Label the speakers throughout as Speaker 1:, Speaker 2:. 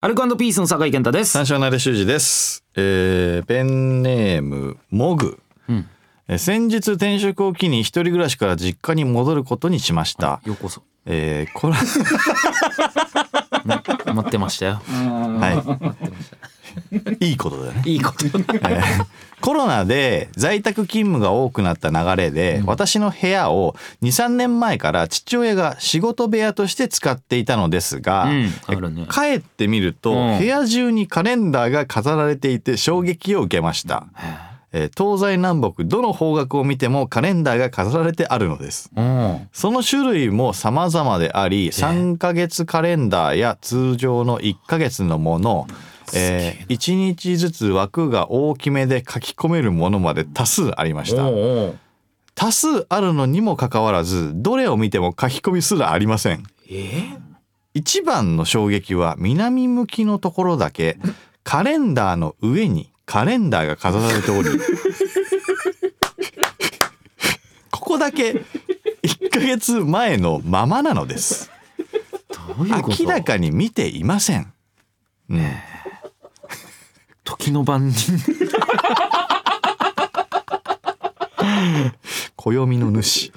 Speaker 1: アルコピースの酒井健太です
Speaker 2: 三。照慣れ修二です、えーペンネームモグ、
Speaker 1: うん
Speaker 2: えー先日転職を機に一人暮らしから実家に戻ることにしました、
Speaker 1: ようこそ。
Speaker 2: えーこれ
Speaker 1: 待ってましたよ。
Speaker 2: はいいいことだね
Speaker 1: いいこと。
Speaker 2: コロナで在宅勤務が多くなった流れで、私の部屋を23年前から父親が仕事部屋として使っていたのですが、
Speaker 1: うん
Speaker 2: え
Speaker 1: あるね
Speaker 2: 帰ってみると、
Speaker 1: うん
Speaker 2: 部屋中にカレンダーが飾られていて衝撃を受けました、えー東西南北どの方角を見てもカレンダーが飾られてあるのです
Speaker 1: うん。
Speaker 2: その種類も様々であり、3ヶ月カレンダーや通常の1ヶ月のもの、えー、1日ずつ枠が大きめで書き込めるものまで多数ありました。
Speaker 1: おう
Speaker 2: 多数あるのにもかかわらず、どれを見ても書き込みすらありません。
Speaker 1: え
Speaker 2: 一番の衝撃は南向きのところだけ、カレンダーの上にカレンダーが飾られてお り、ここだけ1ヶ月前のままなのです。
Speaker 1: どういうこと
Speaker 2: 明らかに見ていません。うん、
Speaker 1: 時の番人。
Speaker 2: 暦の主。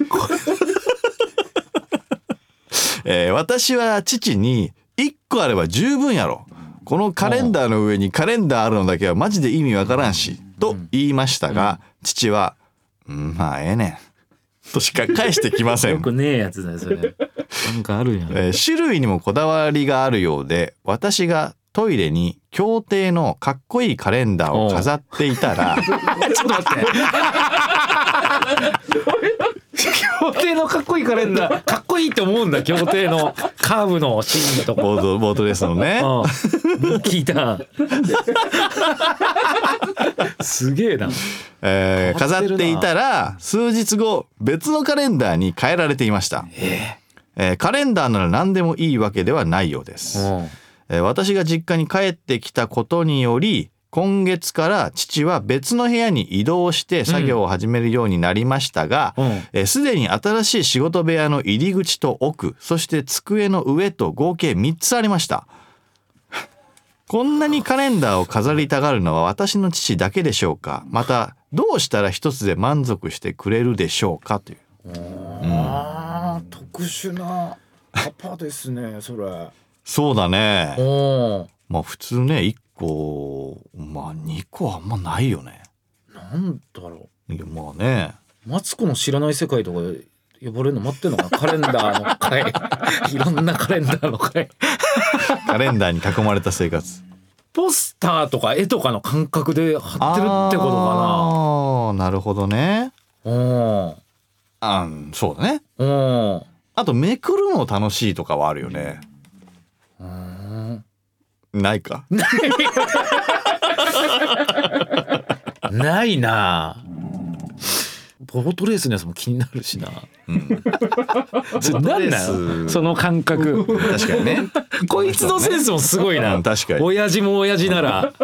Speaker 2: えー私は父に1個あれば十分やろ。このカレンダーの上にカレンダーあるのだけはマジで意味わからんし、と言いましたが、父は、うん、まあええねん。としか返してきませ
Speaker 1: よ
Speaker 2: ん
Speaker 1: く。ねえやつだよ、それ。なんかあるやん。
Speaker 2: えー種類にもこだわりがあるようで私がトイレに協定のかっこいいカレンダーを飾っていた ら
Speaker 1: ちょっと待って。協定のかっこいいカレンダー、かっこいいと思うんだ、協定のカーブのシーンとか。
Speaker 2: ボードボードレースのね
Speaker 1: うん聞いた。 すげえな。
Speaker 2: えー
Speaker 1: 変わ
Speaker 2: 飾
Speaker 1: ってるな
Speaker 2: っていたら数日後別のカレンダーに変えられていました、
Speaker 1: え
Speaker 2: えーカレンダーなら何でもいいわけではないようです、えー私が実家に帰ってきたことにより今月から父は別の部屋に移動して作業を始めるようになりましたが
Speaker 1: うん
Speaker 2: えーすで、に新しい仕事部屋の入り口と奥そして机の上と合計3つありましたこんなにカレンダーを飾りたがるのは私の父だけでしょうかまたどうしたら一つで満足してくれるでしょうかという
Speaker 3: あー特殊なパパですねそれ
Speaker 2: そうだね
Speaker 1: お
Speaker 2: まあ普通ね1個まあ2個あんまないよね
Speaker 3: なんだろ
Speaker 2: いやまあね
Speaker 3: うマツコの知らない世界とか呼ばれるの待ってんのかなカレンダー の回いろんなカレンダーの回
Speaker 2: カレンダーに囲まれた生 活
Speaker 3: ポスターとか絵とかの感覚で貼ってるってことか
Speaker 2: あーなるほどね
Speaker 3: な
Speaker 2: あんそうだね
Speaker 3: うんうん
Speaker 2: あとめくるの楽しいとかはあるよね。ないか。
Speaker 1: ないなボートレースのやつも気になるしな。それ何な
Speaker 2: ボートレー
Speaker 1: の
Speaker 2: ス
Speaker 1: その感覚。
Speaker 2: 確かにね。
Speaker 1: こいつのセンスもすごいな。
Speaker 2: うん確かに
Speaker 1: 親父も親父なら。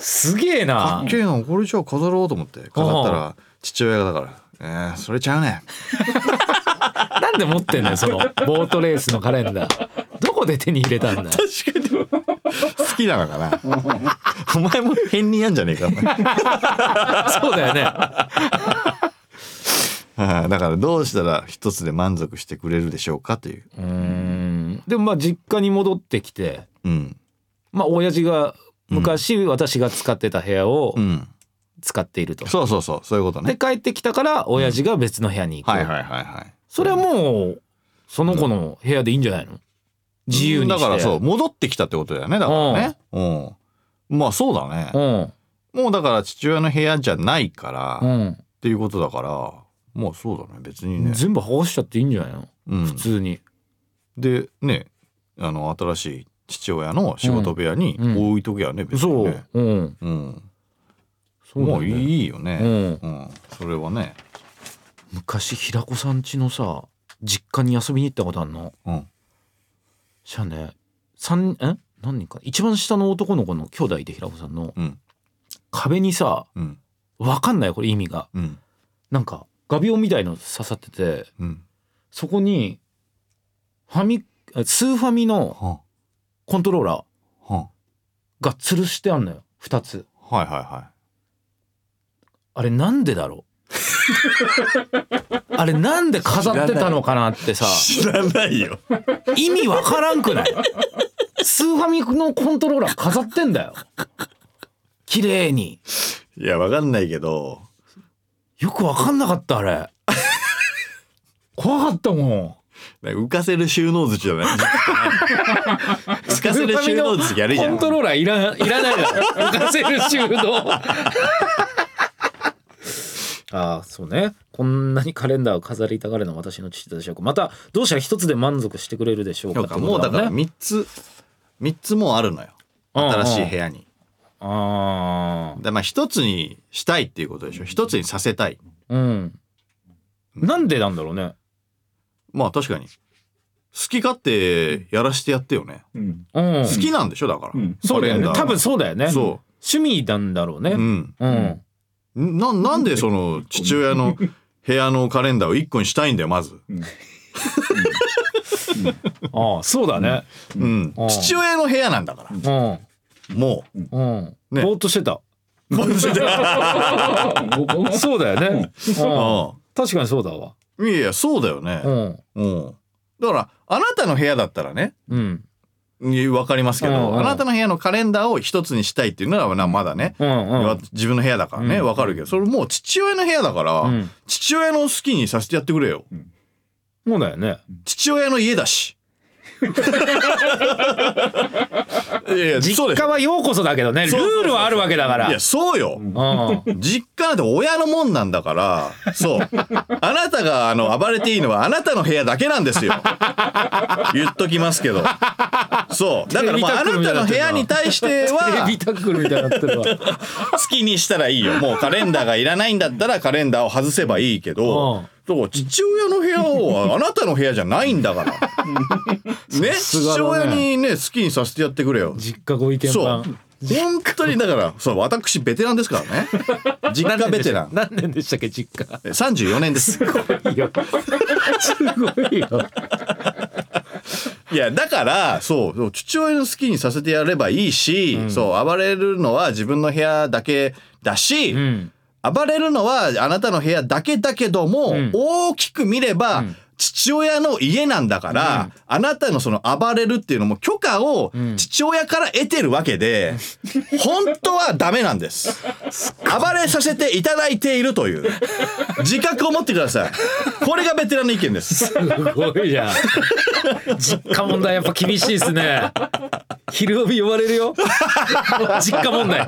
Speaker 1: すげえ
Speaker 2: か
Speaker 1: な
Speaker 2: っ。けえなこれじゃあ飾ろうと思って飾ったら父親がだから「えー、それちゃうね
Speaker 1: なんで持ってんのよ、そのボートレースのカレンダー。どこで手に入れたんだ よ。
Speaker 2: 好きなのかな お前も変人やんじゃねえかお前
Speaker 1: そうだよね。
Speaker 2: あーだからどうしたら一つで満足してくれるでしょうかという、
Speaker 1: うーん。でもまあ実家に戻ってきて、
Speaker 2: うん
Speaker 1: まあ親父が昔私が使ってた部屋を
Speaker 2: うん、
Speaker 1: 使っていると。
Speaker 2: そうそうそうそういうこと
Speaker 1: で
Speaker 2: ね
Speaker 1: 帰ってきたから親父が別の部屋に行く。
Speaker 2: はいはいはいはい
Speaker 1: それはもうその子の部屋でいいんじゃないの自由にして
Speaker 2: だからそう戻ってきたってことだよねだからねうんまあそうだね
Speaker 1: うん
Speaker 2: もうだから父親の部屋じゃないから、
Speaker 1: う
Speaker 2: っ
Speaker 1: ん、
Speaker 2: ていうことだからまあそうだね別にね、
Speaker 1: 全部剥がしちゃっていいんじゃないの
Speaker 2: うん
Speaker 1: 普通に、
Speaker 2: でねあの新しい父親の仕事部屋に
Speaker 1: うんうん
Speaker 2: 置いとけやね、別に
Speaker 1: そう
Speaker 2: ね、
Speaker 1: うん
Speaker 2: う、ん、
Speaker 1: そうだ
Speaker 2: も
Speaker 1: よ
Speaker 2: う
Speaker 1: ね
Speaker 2: いいよ
Speaker 1: う
Speaker 2: ね、
Speaker 1: ん、
Speaker 2: うんそれはね、
Speaker 1: 昔平子さん家のさ実家に遊びに行ったことあんの
Speaker 2: うん、
Speaker 1: じゃあね三え何人か一番下の男の子の兄弟で平子さんの
Speaker 2: うん
Speaker 1: 壁にさ
Speaker 2: うん
Speaker 1: わかんないよこれ意味が
Speaker 2: うん
Speaker 1: なんか画鋲みたいの刺さってて
Speaker 2: うん
Speaker 1: そこにファミあスーファミの
Speaker 2: は
Speaker 1: コントローラー
Speaker 2: は
Speaker 1: が吊るしてあんのよ2つ
Speaker 2: はいは
Speaker 1: あれなんでだろ うあれなんで飾ってたのかなってさ
Speaker 4: 知らないよ
Speaker 1: 意味わからんくないスーファミのコントローラー飾ってんだよ綺麗に
Speaker 2: いはい。いや、わかんないけど、
Speaker 1: よくわかんなかったあれ怖かったもん
Speaker 2: なんか浮かせる収納術じ ゃない浮かせる収納術やるじゃ
Speaker 1: コ
Speaker 2: ん
Speaker 1: ン。トローラーいらいらないだろ浮かせる収納 ああそうねこんなにカレンダーを飾りたがるのは私の父でしょうかまたどうしたら一つで満足してくれるでしょうか
Speaker 2: そうかもうだから
Speaker 1: ね
Speaker 2: 3つ、3つもうあるのよ。新しい部屋に。
Speaker 1: ああ
Speaker 2: でまあ一つにしたいっていうことでしょ一つにさせたい
Speaker 1: うんなんでなんだろうね
Speaker 2: まあ確かに好き勝手やらしてやってよね、
Speaker 5: うん
Speaker 1: うん
Speaker 2: 好きなんでしょだから、
Speaker 5: うん
Speaker 1: そうだよね
Speaker 2: カレンダーは
Speaker 1: 多分そうだよね
Speaker 2: そ
Speaker 1: 趣味なんだろうね
Speaker 2: う
Speaker 1: うん、
Speaker 2: んななんでその父親の部屋のカレンダーを一個にしたいんだよまず、
Speaker 5: うん
Speaker 1: ああそうだね
Speaker 2: うん
Speaker 1: うん
Speaker 2: 父親の部屋なんだから
Speaker 1: うん
Speaker 2: も
Speaker 1: うん、
Speaker 2: ね
Speaker 1: ぼーっとして た
Speaker 2: うマジで
Speaker 5: 僕も
Speaker 1: そうだよね、うん、
Speaker 2: う
Speaker 1: 確かにそうだわ
Speaker 2: んいやいやそうだよね
Speaker 1: うん
Speaker 2: うんだからあなたの部屋だったらね
Speaker 1: うん
Speaker 2: わかりますけど、
Speaker 1: うんうん
Speaker 2: あなたの部屋のカレンダーを一つにしたいっていうのはなまだね、
Speaker 1: うんうん
Speaker 2: わ自分の部屋だからね
Speaker 1: うん
Speaker 2: わかるけどそれもう父親の部屋だから、
Speaker 1: うん
Speaker 2: 父親の好きにさせてやってくれよ
Speaker 1: そうだよね
Speaker 2: 父親の家だ しいやいやそう
Speaker 1: 実
Speaker 2: でし
Speaker 1: 家
Speaker 2: ょ
Speaker 1: はようこそだけどねル
Speaker 2: そうそうそう
Speaker 1: ールはあるわけだから
Speaker 2: いやそうよ、
Speaker 1: うん
Speaker 2: 実家なんて親のもんなんだからそうあなたがあの暴れていいのはあなたの部屋だけなんですよ言っときますけどそうだからもうあなたの部屋に対して
Speaker 1: テレ
Speaker 2: は
Speaker 1: ビタックルみたいになってるわ
Speaker 2: 好きにしたらいいよもうカレンダーがいらないんだったらカレンダーを外せばいいけ
Speaker 1: う
Speaker 2: ど
Speaker 1: ん
Speaker 2: そう父親の部屋はあなたの部屋じゃないん だからね
Speaker 1: すがだね
Speaker 2: 父親にね好きにさせてやってくれよ
Speaker 1: 実家ご意見
Speaker 2: そ
Speaker 1: 番
Speaker 2: う本当にだからそう私ベテランですからね実家ベテラン
Speaker 1: 何年でしたっけ実家
Speaker 2: え34年です
Speaker 1: いやすごいよ
Speaker 2: いやだからそうそう父親の好きにさせてやればいいし、そう暴れるのは自分の部屋だけだし、
Speaker 1: うん
Speaker 2: 暴れるのはあなたの部屋だけだけども、
Speaker 1: ん
Speaker 2: 大きく見れば、
Speaker 1: ん
Speaker 2: 父親の家なんだから、あなたのその暴れるっていうのも許可を
Speaker 1: ん
Speaker 2: 父親から得てるわ けで、本当はダメなんです。暴れさせていただいているという自覚を持ってください。これがベテランの意見です。
Speaker 1: すごいじゃん実家問題やっぱ厳しいですね昼帯呼ばれるよ実家問題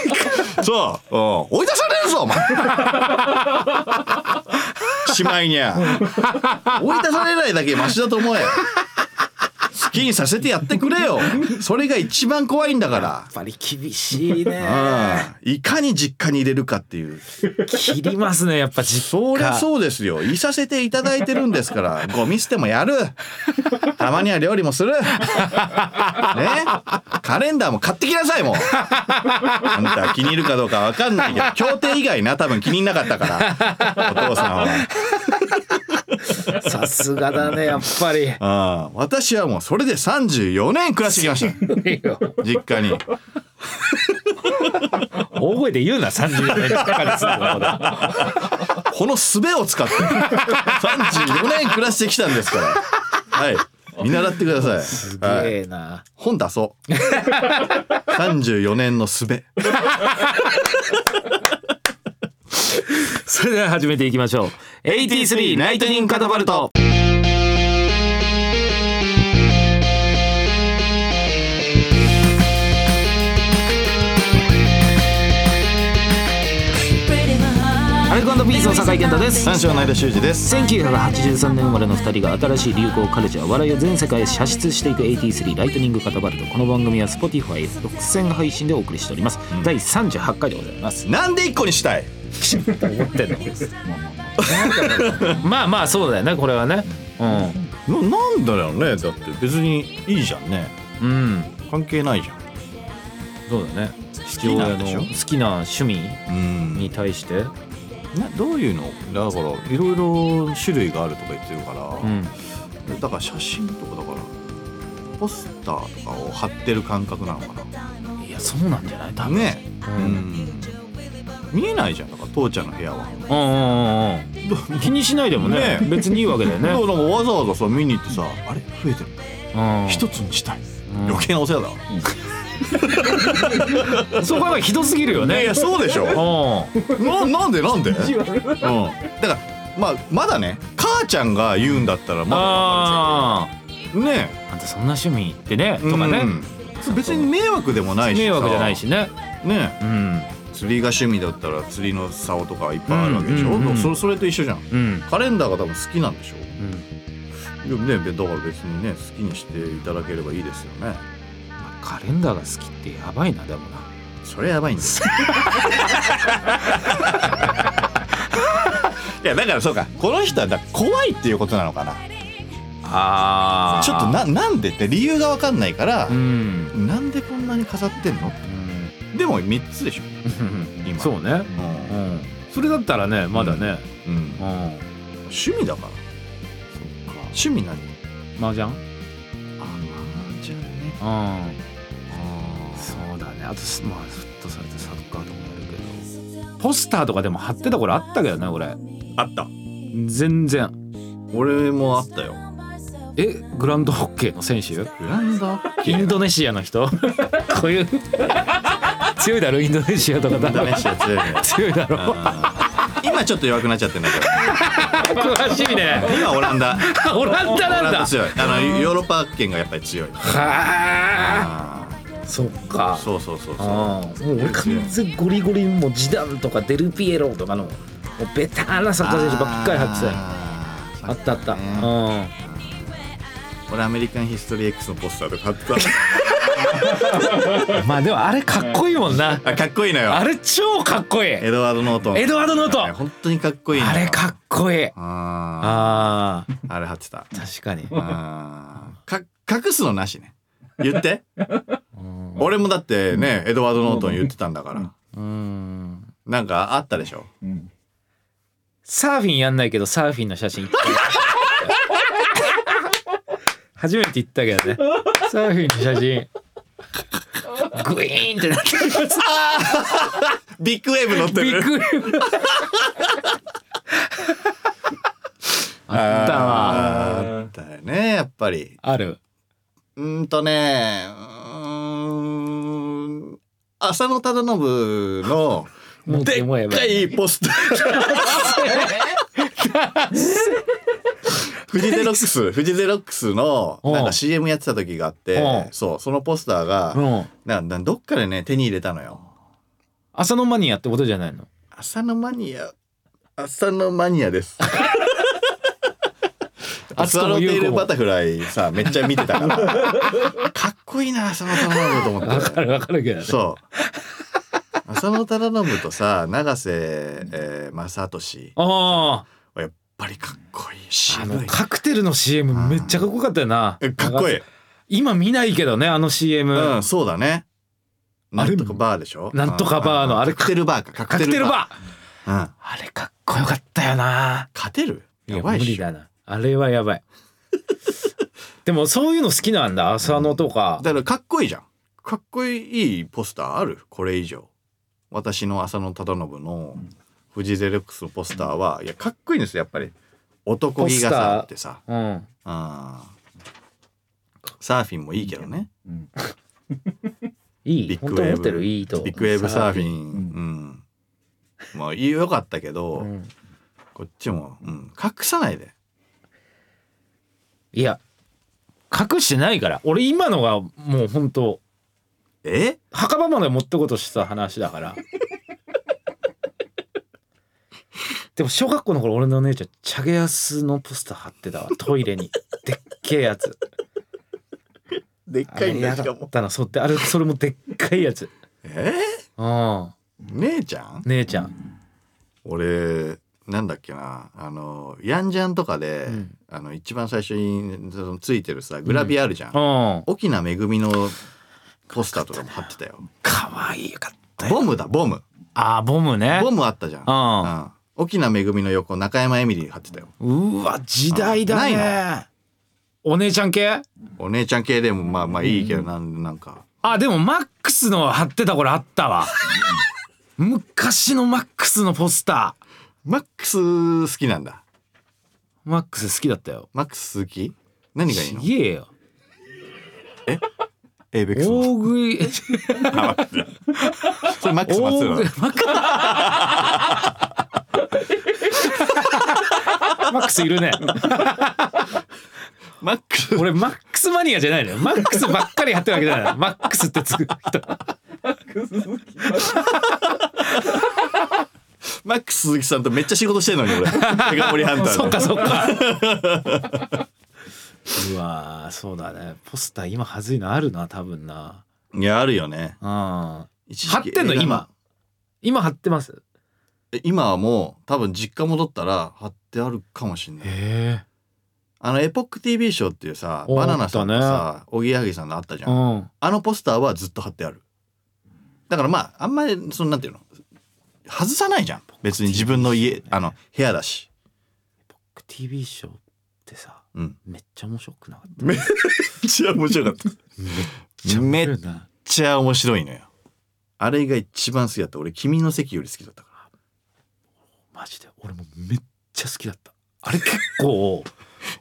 Speaker 2: そう、うん追い出されるぞ、お前。 しまいにゃ。追い出されないだけマシだと思え。好きにさせてやってくれよ。それが一番怖いんだか
Speaker 1: やっぱり厳しいね
Speaker 2: ら。うん、いかに実家に入れるかっていう。
Speaker 1: 切りますねやっぱ実
Speaker 2: そりゃ
Speaker 1: 家
Speaker 2: そうですよ。いさせていただいてるんです から、ゴミ捨てもやる。たまには料理もする。ねカレンダーも買ってきなさい、もう。あんた気に入るかどうかわかんないけど、協定以外な、多分気に入んなかったから。お父さんは。
Speaker 1: さすがだねやっぱり
Speaker 2: ああ私はもうそれで34年暮らしてきました。
Speaker 1: いいよ
Speaker 2: 実家に。
Speaker 1: 大声で言うな30年かかるっつうの
Speaker 2: この術を使って、34年暮らしてきたんですから。はい。見習ってください。す
Speaker 1: すげえな
Speaker 2: 本出そう。34年のすべ。
Speaker 1: それでは始めていきましょう83ライトニングカタパルトアルコピースの酒井健太です
Speaker 2: 三章の間修二です。
Speaker 1: 1983年生まれの2人が新しい流行カルチャー笑いを全世界へ射出していく83ライトニングカタパルトこの番組は Spotify 独占配信でお送りしております、第38回でございます
Speaker 2: なんで一個にしたい。
Speaker 1: 思ってんのまあまあそうだよねこれはね
Speaker 2: ななんだろうね。だって別にいいじゃんね。
Speaker 1: うんうん
Speaker 2: 関係ないじゃん。
Speaker 1: そうだね
Speaker 2: きなんでしょ
Speaker 1: 好きな趣味
Speaker 2: うん
Speaker 1: に対して
Speaker 2: などういうのだからいろいろ種類があるとか言ってるから、
Speaker 1: うん
Speaker 2: だから写真とかだからポスターとかを貼ってる感覚なのか
Speaker 1: いやそうなんじゃない多
Speaker 2: な
Speaker 1: 分
Speaker 2: ね
Speaker 1: う
Speaker 2: うんん見えないじゃんだから父ちゃんの部屋は、
Speaker 1: うんうんうんうん気にしないでもね
Speaker 2: ね
Speaker 1: 別にいいわけ だよね
Speaker 2: でもなんかわざわざさ見に行ってさあれ増えてる
Speaker 1: うん
Speaker 2: 一つにしたい
Speaker 1: うん
Speaker 2: 余計なお世話だわ
Speaker 1: そこがひどすぎるよね
Speaker 2: いやそうでしょ
Speaker 1: うん
Speaker 2: ななんで なんで、うん、だからまあまだね母ちゃんが言うんだったらま
Speaker 1: あ
Speaker 2: だね
Speaker 1: ああんたそんな趣味ってねとか
Speaker 2: う
Speaker 1: ね
Speaker 2: ん別に迷惑でもないしさ
Speaker 1: 迷惑じゃないしね
Speaker 2: ね
Speaker 1: うん
Speaker 2: 釣りが趣味だったら釣りの竿とかいっぱいあるわけでしょ、
Speaker 1: うんうんうん
Speaker 2: それそれと一緒じゃん
Speaker 1: うん
Speaker 2: カレンダーが多分好きなんでしょ
Speaker 1: うん
Speaker 2: でもねだから別にね好きにしていただければいいですよね
Speaker 1: カレンダーが好きってやばいなでもな
Speaker 2: それやばいんです いやだからそうかこの人はだから怖いっていうことなのかな
Speaker 1: あ
Speaker 2: ちょっとななんでって理由が分かんないから
Speaker 1: う、ん
Speaker 2: なんでこんなに飾ってんのでも3つでしょ、
Speaker 1: うん
Speaker 2: 今
Speaker 1: そうねう
Speaker 2: うん
Speaker 1: それだったらねまだねう
Speaker 2: んうん
Speaker 1: ん
Speaker 2: 趣味だから趣味何
Speaker 1: 麻雀
Speaker 2: あーじゃあね
Speaker 1: うん
Speaker 2: あ
Speaker 1: そうだねあとすまあフットサルとサッカーとかもあるけどポスターとかでも貼ってた頃あったけどね俺
Speaker 2: あった
Speaker 1: 全然
Speaker 2: 俺もあったよ
Speaker 1: えグランドホッケーの選手
Speaker 2: グランド
Speaker 1: インドネシアの人 こういう強いだろインドネシアとか
Speaker 2: ダ
Speaker 1: だ
Speaker 2: メしやつ
Speaker 1: 強いだろ
Speaker 2: 今ちょっと弱くなっちゃってんだけ
Speaker 1: 詳しいね
Speaker 2: ど今オランダ
Speaker 1: オランダ
Speaker 2: オ
Speaker 1: な
Speaker 2: ラ
Speaker 1: ん
Speaker 2: ン
Speaker 1: だ
Speaker 2: ダ強いあのヨーロッパ圏がやっぱり強い
Speaker 1: はあ
Speaker 2: あ
Speaker 1: そっ
Speaker 2: ー
Speaker 1: か
Speaker 2: そうそうそうそう
Speaker 1: ああもう俺完全にゴリゴリもうジダンとかデルピエロとかのもうベターなサッカー選手ばっかり入ってたよ
Speaker 2: あー
Speaker 1: あったあった、
Speaker 2: ね
Speaker 1: う
Speaker 2: 俺アメリカンヒストリー X のポスターとか貼って
Speaker 1: んまあでもあれかっこいいもんな
Speaker 2: た あかっこいいのよ
Speaker 1: あれ超かっこいい
Speaker 2: エドワード・ノートン
Speaker 1: エドワード・ノート
Speaker 2: 本当にかっこいいの
Speaker 1: あ
Speaker 2: よ
Speaker 1: れかっこいい
Speaker 2: あ
Speaker 1: あ
Speaker 2: ーあれ貼ってた
Speaker 1: ー確かに
Speaker 2: あーか隠すのなしね言 って俺もだってねエドワード・ノートン言ってたんだから
Speaker 1: うん
Speaker 2: なんかあったでしょ
Speaker 5: うん
Speaker 1: サーフィンやんないけどサーフィンの写真初めて言ったけどねサーフィンの写真グイーンってなって
Speaker 2: ビッグウェーブ乗って
Speaker 1: びっ
Speaker 2: る
Speaker 1: くり
Speaker 2: あ
Speaker 1: ったわ
Speaker 2: ーあったよねやっぱり
Speaker 1: ある
Speaker 2: うーんとねうーん浅野忠信の
Speaker 1: もう
Speaker 2: で
Speaker 1: でもや
Speaker 2: っ
Speaker 1: ば
Speaker 2: か
Speaker 1: い
Speaker 2: いポスター フジゼロックスフジゼロックスのなん
Speaker 1: う
Speaker 2: か
Speaker 1: ん
Speaker 2: CM やってた時があ
Speaker 1: う
Speaker 2: って
Speaker 1: ん
Speaker 2: そうそのポスターが
Speaker 1: うん
Speaker 2: なんかどっかでね手に入れたのよ
Speaker 1: 朝のマニアってことじゃないの
Speaker 2: 浅野マニア浅野マニアです スワローテイルバタフライさめっちゃ見てたから かっこいいな浅野忠信と思って
Speaker 1: わかるわかるけどね
Speaker 2: そう。浅野忠信とさ永瀬、えー、正俊
Speaker 1: あ
Speaker 2: やっぱりかっこいい
Speaker 1: ああ
Speaker 2: 渋
Speaker 1: の
Speaker 2: い
Speaker 1: カクテルの CM めっちゃかっこよかったよな
Speaker 2: えかっこいい
Speaker 1: 今見ないけどねあの CM、
Speaker 2: うんそうだねな
Speaker 1: あれ
Speaker 2: んとかバーでしょ
Speaker 1: なんとかバーの
Speaker 2: うん
Speaker 1: あれ
Speaker 2: カクテルバーか
Speaker 1: カクテルバー
Speaker 2: ーうん
Speaker 1: あれかっこよかったよな
Speaker 2: 勝てるやばいっ
Speaker 1: 無理
Speaker 2: しょ
Speaker 1: だなあれはやば いでもそういうの好きなんだ浅野とか、
Speaker 2: だからかっこいいじゃんかっこいいポスターあるこれ以上私の浅野忠信のフジゼレックスのポスターはいやかっこいいんですよやっぱり男気
Speaker 1: ポ
Speaker 2: が
Speaker 1: スター
Speaker 2: さってさ
Speaker 1: うん
Speaker 2: あーサーフィンもいいけどね。
Speaker 5: うん
Speaker 1: い
Speaker 2: ビ
Speaker 1: い
Speaker 2: ッグウ
Speaker 1: 本
Speaker 2: ェー
Speaker 1: 当思っ
Speaker 2: ブ
Speaker 1: てるいいと思う
Speaker 2: ビッグウェーブサーフィン。
Speaker 5: サーフィン
Speaker 2: うん。まあ、良かったけど、
Speaker 1: うん
Speaker 2: こっちも、うん、隠さないで。
Speaker 1: いや隠してないから俺今のがもう本当
Speaker 2: え
Speaker 1: 墓場まで持ってことしてた話だから でも小学校の頃俺の姉ちゃんチャゲアスのポスター貼ってたわトイレにでっけえやつ
Speaker 2: でっ
Speaker 1: あれやだったなそうってあれそれもでっかいやつ
Speaker 2: え
Speaker 1: うん
Speaker 2: 姉ちゃん
Speaker 1: 姉ちゃん
Speaker 2: 俺、なんだっけな、あの、ヤンジャンとかで、
Speaker 1: うん
Speaker 2: あの、一番最初にそのついてるさ、グラビアあるじゃん。
Speaker 1: うん
Speaker 2: 沖縄めぐみのポスターとかも貼ってたよ。
Speaker 1: 可愛いかったよ
Speaker 2: ボムだ、ボム。
Speaker 1: あーボムね
Speaker 2: ボムあったじゃん。
Speaker 1: うん
Speaker 2: うん沖縄めぐみの横、中山エミリー貼ってたよ。
Speaker 1: うわ時代だ
Speaker 2: ない
Speaker 1: ねお姉ちゃん系
Speaker 2: お姉ちゃん系でもまあまあいいけどなんなんか
Speaker 1: あでもマックスの貼ってた頃あった わ昔のマックスのポスター
Speaker 2: マックス好きなんだ
Speaker 1: マックス好きだったよ
Speaker 2: マックス好き何がいい
Speaker 1: ち
Speaker 2: の
Speaker 1: げえよ
Speaker 2: エイベック
Speaker 1: 大
Speaker 2: スの
Speaker 1: 食い
Speaker 2: それマックス 松
Speaker 1: 大
Speaker 2: 浦
Speaker 1: 食いマックス マックスいるね
Speaker 2: マックス
Speaker 1: 俺マックスマニアじゃないのよマックスばっかり貼ってるわけじゃないのマックスってつく人
Speaker 2: マックス鈴木さんとめっちゃ仕事してんのに 俺メガ盛りハンターで
Speaker 1: そっかそっか うわーそうだねポスター今はずいのあるな多分ない
Speaker 2: やあるよね
Speaker 1: うん貼
Speaker 2: 一時期
Speaker 1: ってんの
Speaker 2: 映画
Speaker 1: 今今貼ってます
Speaker 2: え今はもう多分実家戻ったら貼ってあるかもしんない
Speaker 1: へ
Speaker 2: あのエポック TV ショーっていうさ
Speaker 1: おー
Speaker 2: バナナさんと
Speaker 1: あ
Speaker 2: さおぎやはぎさんのあったじゃ
Speaker 1: うんん
Speaker 2: あのポスターはずっと貼ってあるだからまああんまりそのなんていうの外さないじゃん別に自分の家あの部屋だし
Speaker 1: TV ショーってさ、
Speaker 2: うん
Speaker 1: めっちゃ面白くなかった
Speaker 2: めっちゃ面白かっためっ
Speaker 1: 面白いな
Speaker 2: ちゃ面白いのよあれが一番好きだった俺君の席より好きだったから
Speaker 1: マジで俺もめっちゃ好きだったあれ結構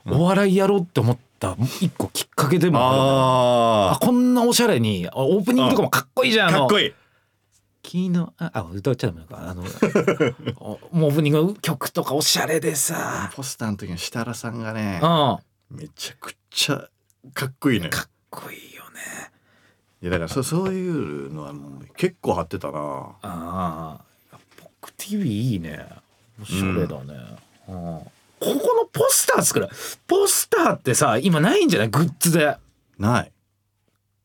Speaker 1: お笑いや ろうって思った一個きっかけでもあるなあ
Speaker 2: あ
Speaker 1: こんなおしゃれにあオープニングとかもかっこいいじゃんあの
Speaker 2: いい
Speaker 1: 昨日ああ歌っちゃダメかあの おもうオープニングの曲とかおしゃれでさ
Speaker 2: ポスターの時の設楽さんが
Speaker 1: う
Speaker 2: ね
Speaker 1: んか
Speaker 2: めちゃくちゃかっこいいね
Speaker 1: っこいいよね
Speaker 2: いやだからそそういうのはもう結構張ってたな
Speaker 1: ああポック TV いいねおしゃれだね、うんここのポスター作るポスターってさ今ないんじゃないグッズで
Speaker 2: ない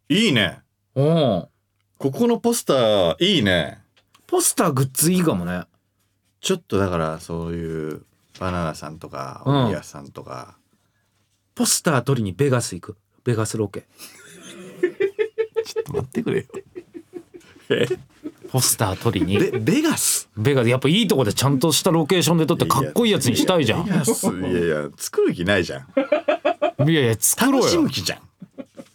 Speaker 2: いいね
Speaker 1: うん
Speaker 2: ここのポスターいいね
Speaker 1: ポスターグッズいいかもね
Speaker 2: ちょっとだからそういうバナナさんとか
Speaker 1: うん
Speaker 2: おぎやさんとか、
Speaker 1: ポスター取りにベガス行くベガスロケ
Speaker 2: ちょっと待ってくれよ
Speaker 1: ポスター取りに
Speaker 2: でベガス
Speaker 1: ベガでやっぱいいとこでちゃんとしたロケーションで撮ってかっこいいやつにしたいじゃん。い
Speaker 2: ベガスいやいや作る気ないじゃん
Speaker 1: やいや作ろ
Speaker 2: 楽
Speaker 1: う
Speaker 2: し
Speaker 1: よ
Speaker 2: む。気じゃん
Speaker 1: い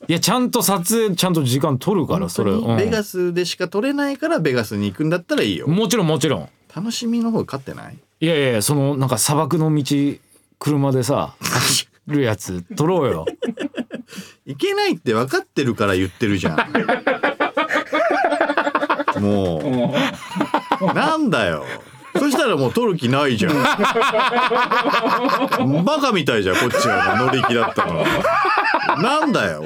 Speaker 1: やちゃんと撮影ちゃんと時間取るからそれ。
Speaker 2: 本当に
Speaker 1: うん
Speaker 2: ベガスでしか撮れないからベガスに行くんだったらいいよ
Speaker 1: もちろんもちろん。
Speaker 2: 楽しみの方勝っ てない
Speaker 1: いやいやいやそのなんか砂漠の道車でさ走るやつ撮ろうよ。
Speaker 2: いけないって分かってるから言ってるじゃん。も
Speaker 5: もう
Speaker 2: う、なんだよ。そしたらもう取る気ないじゃん。バカみたいじゃん、こっちは乗り気だったのに。なんだよ、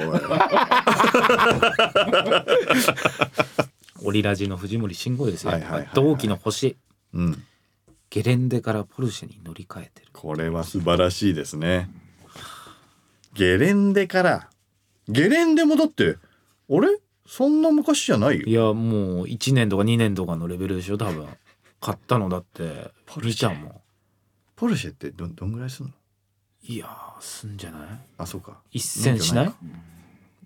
Speaker 2: お
Speaker 1: オリラジの藤森慎吾ですよ。
Speaker 2: はいはいはいはい
Speaker 1: 同期の星
Speaker 2: い。うん。
Speaker 1: ゲレンデからポルシェに乗り換えてる。
Speaker 2: これは素晴らしいですね。ゲレンデから。ゲレンデもだって、あれそんな昔じゃない
Speaker 1: い
Speaker 2: よ。
Speaker 1: やもう1年とか2年とかのレベルでしょ多分。買ったのだってポルシェも。
Speaker 2: ポルシェってど、どんぐらいすんの
Speaker 1: いやーすんじゃない
Speaker 2: あ、そうか。
Speaker 1: 1000しない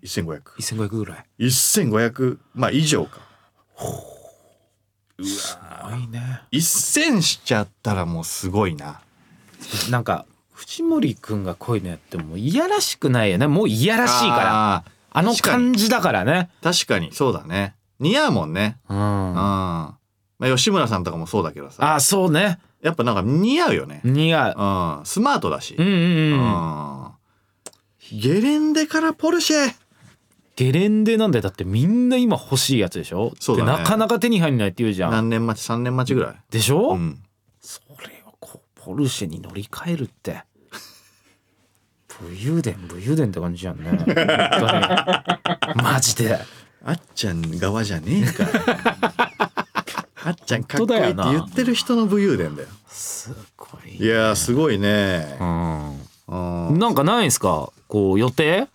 Speaker 2: 免許か ?1500。
Speaker 1: 1500ぐらい
Speaker 2: 1500まあ以上か
Speaker 1: あいいね
Speaker 2: 1000しちゃったらもうすごいな
Speaker 1: なんか藤森くんがこういうのやってもいやらしくないよねもういやらしいからあ
Speaker 2: あ
Speaker 1: の
Speaker 2: 確かに
Speaker 1: 感じだからね
Speaker 2: ー確かにそうだね似合うもんね
Speaker 1: うん
Speaker 2: うん、
Speaker 1: あ
Speaker 2: まあ、吉村さんとかもそうだけどさ
Speaker 1: あそうね
Speaker 2: やっぱなんか似合うよね、
Speaker 1: 似合
Speaker 2: うん、スマートだし
Speaker 1: うう、んうんうん
Speaker 2: うんゲレンデからポルシェ
Speaker 1: ゲレンデなんでだってみんな今欲しいやつでしょ
Speaker 2: そうだね
Speaker 1: でなかなか手に入んないって言うじゃん
Speaker 2: 何年待ち3年待ちぐらい、
Speaker 1: でしょ、
Speaker 2: うん、
Speaker 1: それをこうポルシェに乗り換えるって武勇伝武勇伝って感じやんね本当 にマジで
Speaker 2: あっちゃん側じゃねえから あっちゃんかっこいいって言ってる人の武勇伝だよ
Speaker 1: すごい
Speaker 2: いやーすごいね
Speaker 1: うん
Speaker 2: うん
Speaker 1: なんかないんすかこう予定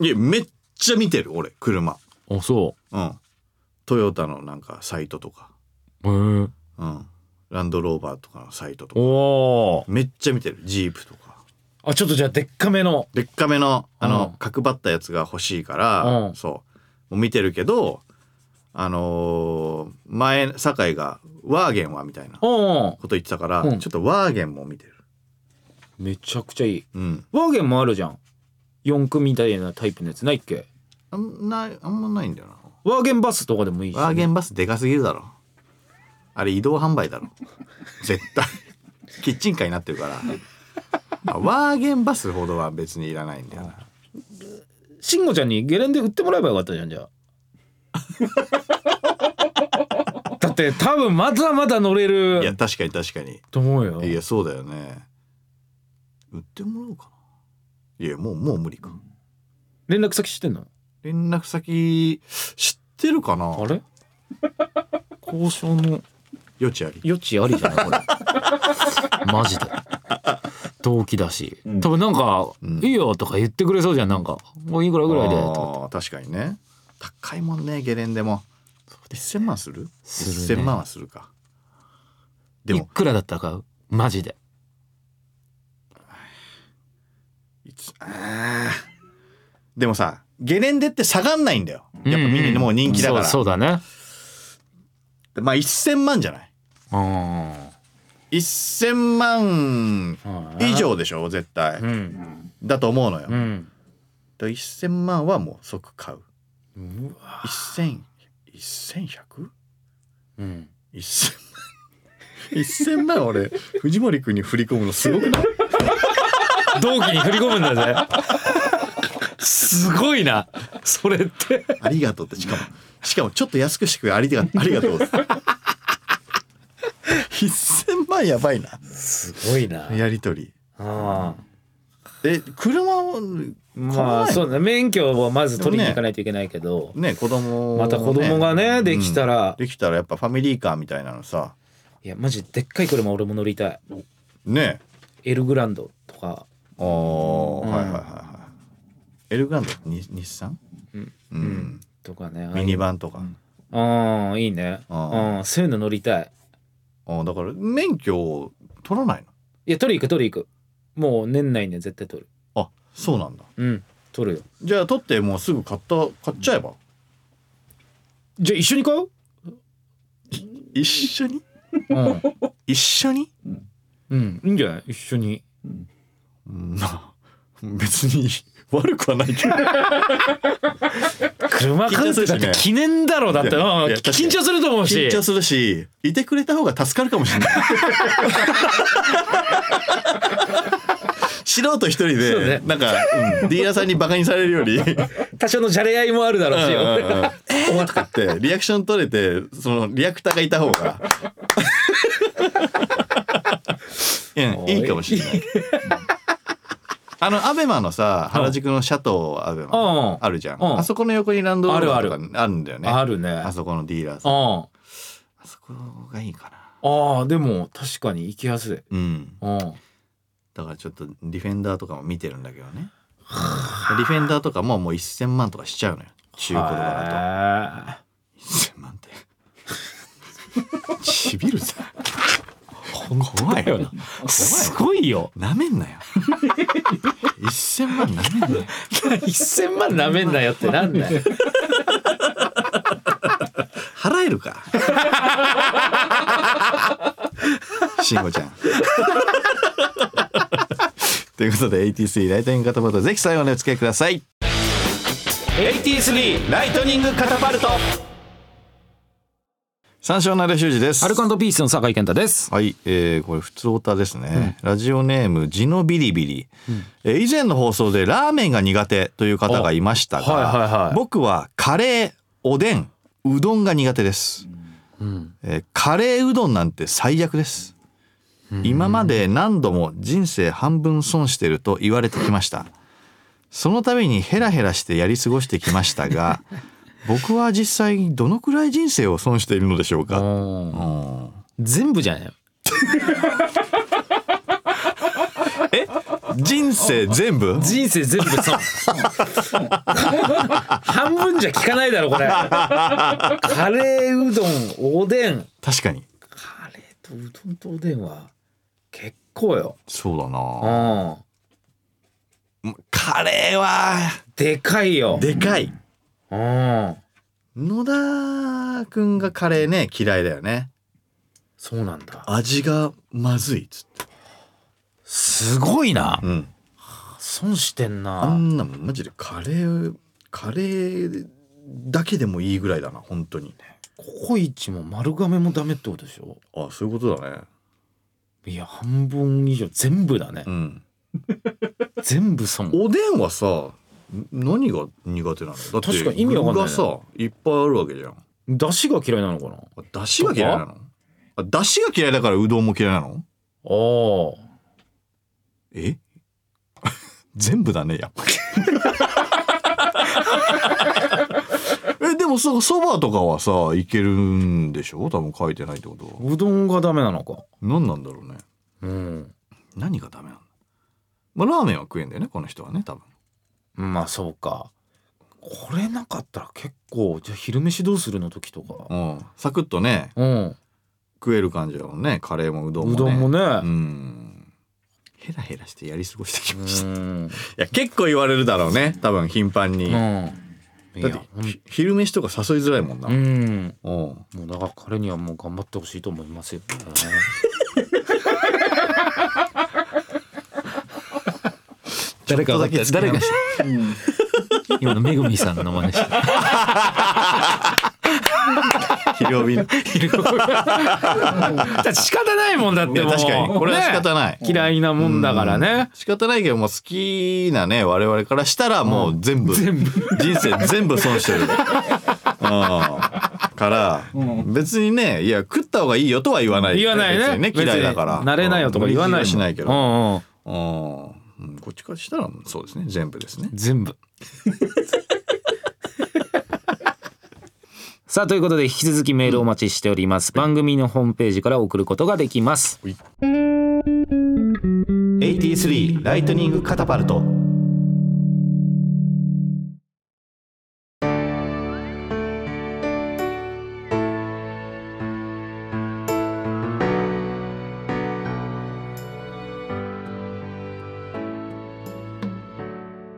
Speaker 2: いやめっちゃ見てる俺車
Speaker 1: あそ
Speaker 2: うんトヨタのなんかサイトとか、
Speaker 1: うへえ
Speaker 2: うん、ランドローバーとかのサイトとか
Speaker 1: おー
Speaker 2: めっちゃ見てるジープとか
Speaker 1: あちょっとじゃあでっかめの
Speaker 2: でっかめのあ
Speaker 1: う
Speaker 2: の、
Speaker 1: ん
Speaker 2: 角張ったやつが欲しいから、
Speaker 1: うん
Speaker 2: そうもう見てるけどあのー前酒井が「ワーゲンは?」みたいなこ
Speaker 1: うん
Speaker 2: と言ってたから、
Speaker 1: うん
Speaker 2: ちょっとワーゲンも見てる
Speaker 1: めちゃくちゃいい
Speaker 2: うん
Speaker 1: ワーゲンもあるじゃん四駆みたいなタイプのやつないっけ
Speaker 2: あんないあんまないんだよな
Speaker 1: ワーゲンバスとかでもいいし
Speaker 2: ワーゲンバスでかすぎるだろあれ移動販売だろ 絶対キッチンカーになってるからあワーゲンバスほどは別にいらないんだよな
Speaker 1: 慎吾ちゃんにゲレンデ売ってもらえばよかったじゃんじゃあ だって多分まだまだ乗れ
Speaker 2: いや
Speaker 1: る
Speaker 2: 確かに確かに
Speaker 1: と思うよ
Speaker 2: いやそうだよね売ってもらおうかないやもうもう無理か
Speaker 1: 連絡先知ってんの
Speaker 2: 連絡先知ってるかな
Speaker 1: あれ 交渉の
Speaker 2: 余地あり
Speaker 3: 余地ありじゃないこれ マジで動機だし、多分なんか、
Speaker 2: うん
Speaker 3: いいよとか言ってくれそうじゃんなんかもういくらぐらいでとか
Speaker 2: あー確かにね高いもんねゲレンデも1000万する
Speaker 3: するね
Speaker 2: 1000万はするかで
Speaker 3: い
Speaker 2: も
Speaker 3: くらだったら買うマジで
Speaker 2: いつあーでもさゲレンデって下がんないんだよやっぱ
Speaker 3: うんうん
Speaker 2: ミニもう人気だから、
Speaker 3: そうそうだね
Speaker 2: まあ1000万じゃない
Speaker 3: うん
Speaker 2: 1000万以上でしょ絶対、
Speaker 1: うん
Speaker 2: だと思うのよ、
Speaker 1: うん
Speaker 2: だから1000万はもう即買う1000 1100?
Speaker 1: うん
Speaker 2: 1000万1000万俺藤森君に振り込むのすごくない
Speaker 1: 同期に振り込むんだぜすごいなそれって
Speaker 2: ありがとうってしかもしかもちょっと安くしてくれありがありがとう って1000万やばいな
Speaker 1: すごいな
Speaker 2: やり取り
Speaker 1: あ
Speaker 2: え車を
Speaker 1: まあ
Speaker 2: 買わないの
Speaker 1: そうだ免許をまず取りに行かないといけないけど、
Speaker 2: ね子供をね
Speaker 1: また子供がねできたら、
Speaker 2: できたらやっぱファミリーカーみたいなのさ
Speaker 1: いやマジでっかい車俺も乗りたい
Speaker 2: ね
Speaker 1: エルグランドとか
Speaker 2: あー、はいはいはいはいエルグランドってに日産
Speaker 1: うん、
Speaker 2: うん
Speaker 1: とかね
Speaker 2: ミニバンとか、
Speaker 1: ああいいね
Speaker 2: あ
Speaker 1: うんそういうの乗りたい
Speaker 2: あーだから免許を取らない
Speaker 1: いや取り行く取り行くもう年内には絶対取る
Speaker 2: のあそうなんだ
Speaker 1: うん取るよ
Speaker 2: じゃあ取ってもうすぐ買った買っちゃえば
Speaker 1: じゃあ一緒に買う
Speaker 2: 一緒に
Speaker 1: うん、
Speaker 2: 一緒に
Speaker 1: うん、いいんじゃない一緒に
Speaker 2: まあ別に悪くはないけど
Speaker 1: 車買うってだって記念だろだって、
Speaker 2: いや
Speaker 1: うん
Speaker 2: いや確かに
Speaker 1: 緊張すると思うし
Speaker 2: 緊張するしいてくれた方が助かるかもし れない素人一人で、
Speaker 1: そうね
Speaker 2: なんか、うんディーラーさんにバカにされるより
Speaker 1: 多少のじゃれ合いもあるだろうし、
Speaker 2: うんうんうんえーとかってリアクション取れてそのリアクターがいた方 がうんいいかもしれない。うんあのアベマのさ原宿のシャトーアベマ
Speaker 1: う
Speaker 2: あるじゃん、
Speaker 1: うん
Speaker 2: あそこの横にランドローバー
Speaker 1: ある
Speaker 2: とかあるんだよね
Speaker 1: ん、あるね
Speaker 2: あそこのディーラーさん
Speaker 1: あ
Speaker 2: あそこがいいかな
Speaker 1: ああでも確かに行きやすい
Speaker 2: うん
Speaker 1: うん
Speaker 2: だからちょっとディフェンダーとかも見てるんだけどねディフェンダーとかももう1,000万とかしちゃうのよ中古とかだと
Speaker 1: だ
Speaker 2: 1,000万ってちびるぜ怖いよな
Speaker 1: とすごいよ
Speaker 2: なめんなよ1,000万なめんなよ
Speaker 1: 1000万なめんなよってなんだよ
Speaker 2: 払えるか慎吾ちゃんということで AT3 ライトニングカタパルトぜひ最後までお付き合いください
Speaker 1: AT3 ライトニングカタパルト
Speaker 2: 三照奈良修二です
Speaker 3: アルカンドピースの酒井健太です
Speaker 2: はい、えーこれ普通オタですね、ラジオネームジノビリビリ、えー以前の放送でラーメンが苦手という方がいましたが、
Speaker 1: あはいはいはい
Speaker 2: 僕はカレーおでんうどんが苦手です、えーカレーうどんなんて最悪です、今まで何度も人生半分損してると言われてきましたその度にヘラヘラしてやり過ごしてきまし たが僕は実際にどのくらい人生を損しているのでしょうか、うん
Speaker 1: 全部じゃない
Speaker 2: 人生全部
Speaker 1: 人生全部そう 半分じゃ効かないだろこれカレーうどんおでん
Speaker 2: 確かに
Speaker 1: カレーとうどんとおでんは結構よ
Speaker 2: そうだ
Speaker 1: う
Speaker 2: なんカレーは
Speaker 1: でかいよ
Speaker 2: でかい
Speaker 1: うん
Speaker 2: 野田くんがカレーね嫌いだよね
Speaker 1: そうなんだ
Speaker 2: 味がまずいっつって
Speaker 1: すごいな
Speaker 2: うん
Speaker 1: 損してんな、
Speaker 2: あんなもんマジでカレーカレーだけでもいいぐらいだな本当に
Speaker 1: ココイチも丸亀もダメってことでしょ
Speaker 2: あそういうことだね
Speaker 1: いや半分以上全部だね、
Speaker 2: うん
Speaker 1: 全部損
Speaker 2: おでんはさん何が苦手なのだって
Speaker 1: 確かに意味わかんないね
Speaker 2: 具がさいっぱいあるわけじゃん
Speaker 1: 出汁が嫌いなのかな
Speaker 2: あだしが嫌いなのあだしが嫌いだからうどんも嫌いなの
Speaker 1: ああ
Speaker 2: え 全部だねやっぱり えでもそそばとかはさいけるんでしょ多分書いてないってことは
Speaker 1: うどんがダメなのか
Speaker 2: 何なんだろうね
Speaker 1: うん
Speaker 2: 何がダメなんだまあラーメンは食えんだよねこの人はね多分
Speaker 1: まあそうかこれなかったら結構じゃあ昼飯どうするの時とか
Speaker 2: うんサクッとね
Speaker 1: うん
Speaker 2: 食える感じだもんねカレーもうどんも
Speaker 1: う
Speaker 2: ね
Speaker 1: どんもね
Speaker 2: うんヘラヘラしてやり過ごしてき
Speaker 1: う
Speaker 2: ました、い
Speaker 1: ん
Speaker 2: や結構言われるだろうね多分頻繁に、
Speaker 1: うんい
Speaker 2: だ
Speaker 1: や
Speaker 2: ってひ昼飯とか誘いづらいもんな、
Speaker 1: うん
Speaker 2: うん
Speaker 1: もうだから彼にはもう頑張ってほしいと思います よ、ね、
Speaker 3: 誰か
Speaker 2: ちょっとだけ作りま
Speaker 3: 誰か
Speaker 2: し
Speaker 3: 今のめぐみさんの真似して
Speaker 2: 肥料瓶の い
Speaker 1: だって仕方ないもんだって
Speaker 2: や
Speaker 1: もう
Speaker 2: 確かにこれは仕方
Speaker 1: ね
Speaker 2: ない、
Speaker 1: 嫌いなもんだからね
Speaker 2: 仕方ないけどもう好きなね我々からしたらもう全部、
Speaker 1: 全部
Speaker 2: 人生全部損 してるうんから、別にねいや食った方がいいよとは言わない
Speaker 1: 言わないね
Speaker 2: 別に嫌いだから
Speaker 1: 別になれないよとか言わないもん
Speaker 2: 無理強はしないけ
Speaker 1: う
Speaker 2: ど、
Speaker 1: んうん、
Speaker 2: うんうんこっちからしたらそうですね全部ですね
Speaker 1: 全部 さあということで引き続きメールをお待ちしております、番組のホームページから送ることができます
Speaker 2: 83ライトニングカタパルト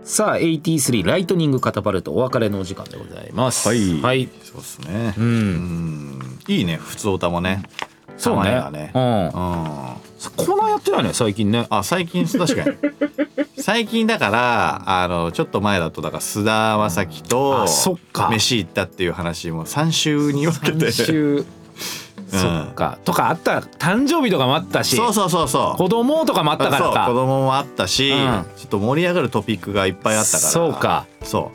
Speaker 1: さあ83ライトニングカタパルトお別れのお時間でございます
Speaker 2: はい
Speaker 1: はい
Speaker 2: そうですね
Speaker 1: う
Speaker 2: うんいいね普通歌もね
Speaker 1: そうね
Speaker 2: たまにはね
Speaker 1: う
Speaker 2: うんん
Speaker 1: コーナーやってないね最近ね
Speaker 2: あ最近 確かに最近だからあのちょっと前だとだから須田まさきと
Speaker 1: あそっか
Speaker 2: 飯行ったっていう話も3週に分けて
Speaker 1: 今 週そっかとかあった誕生日とかもあったし
Speaker 2: そうそうそうそう
Speaker 1: 子供とかもあったからか
Speaker 2: そう子供もあったし、
Speaker 1: うん
Speaker 2: ちょっと盛り上がるトピックがいっぱいあったから
Speaker 1: そうか
Speaker 2: そ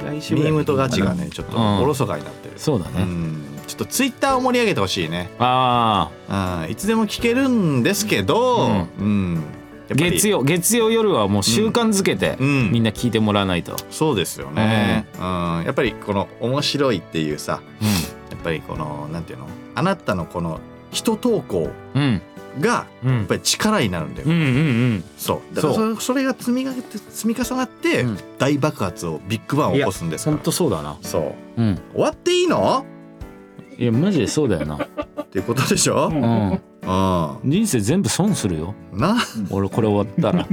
Speaker 2: うミームとガチがねちょっと
Speaker 1: うん
Speaker 2: おろそかになってる、
Speaker 1: そうだ
Speaker 2: う
Speaker 1: ね、
Speaker 2: ん、ちょっとツイッターを盛り上げてほしいね、
Speaker 1: ああ
Speaker 2: うん、いつでも聞けるんですけど、うんやっぱり
Speaker 1: 月曜月曜夜はもう習慣づけて、
Speaker 2: うんうん
Speaker 1: みんな聞いてもらわないと、
Speaker 2: そうですよね、うんやっぱりこの面白いっていうさやっぱりこのなんていうのあなたのこの人投稿
Speaker 1: うんうん
Speaker 2: が
Speaker 1: う
Speaker 2: やっ
Speaker 1: ん
Speaker 2: ぱり力になるんだよ、
Speaker 1: うんうん
Speaker 2: そうだから
Speaker 1: そ
Speaker 2: それそれが積みがって積み重なって
Speaker 1: うん
Speaker 2: 大爆発をビッグバンを起こすんですか
Speaker 1: ほ
Speaker 2: ら
Speaker 1: んとそうだな
Speaker 2: そう
Speaker 1: うん
Speaker 2: 終わっていいの
Speaker 1: いやマジでそうだよな、
Speaker 2: っていうことでしょ、う、
Speaker 5: うんん
Speaker 1: うん、
Speaker 2: な
Speaker 1: 人生全部損するよ俺これ終わ ったら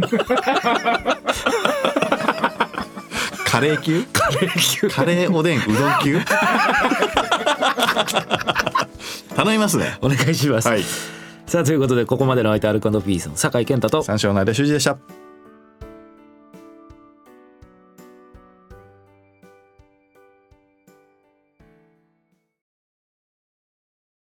Speaker 2: カレー級カレー級カレーおでんうどん 級頼みますね
Speaker 1: お願いします、
Speaker 2: はい
Speaker 1: さあということでここまでの相手アルコピースの酒井健太と
Speaker 2: 三章の間修二でした